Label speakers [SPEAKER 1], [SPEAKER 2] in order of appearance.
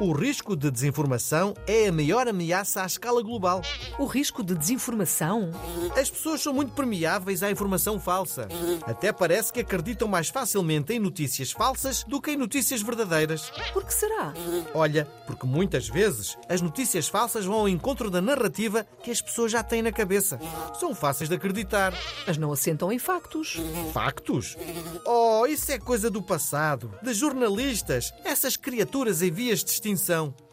[SPEAKER 1] O risco de desinformação é a maior ameaça à escala global.
[SPEAKER 2] O risco de desinformação?
[SPEAKER 1] As pessoas são muito permeáveis à informação falsa. Até parece que acreditam mais facilmente em notícias falsas do que em notícias verdadeiras.
[SPEAKER 2] Por que será?
[SPEAKER 1] Olha, porque muitas vezes as notícias falsas vão ao encontro da narrativa que as pessoas já têm na cabeça. São fáceis de acreditar.
[SPEAKER 2] Mas não assentam em factos.
[SPEAKER 1] Factos? Oh, isso é coisa do passado, de jornalistas, essas criaturas em vias de extinção.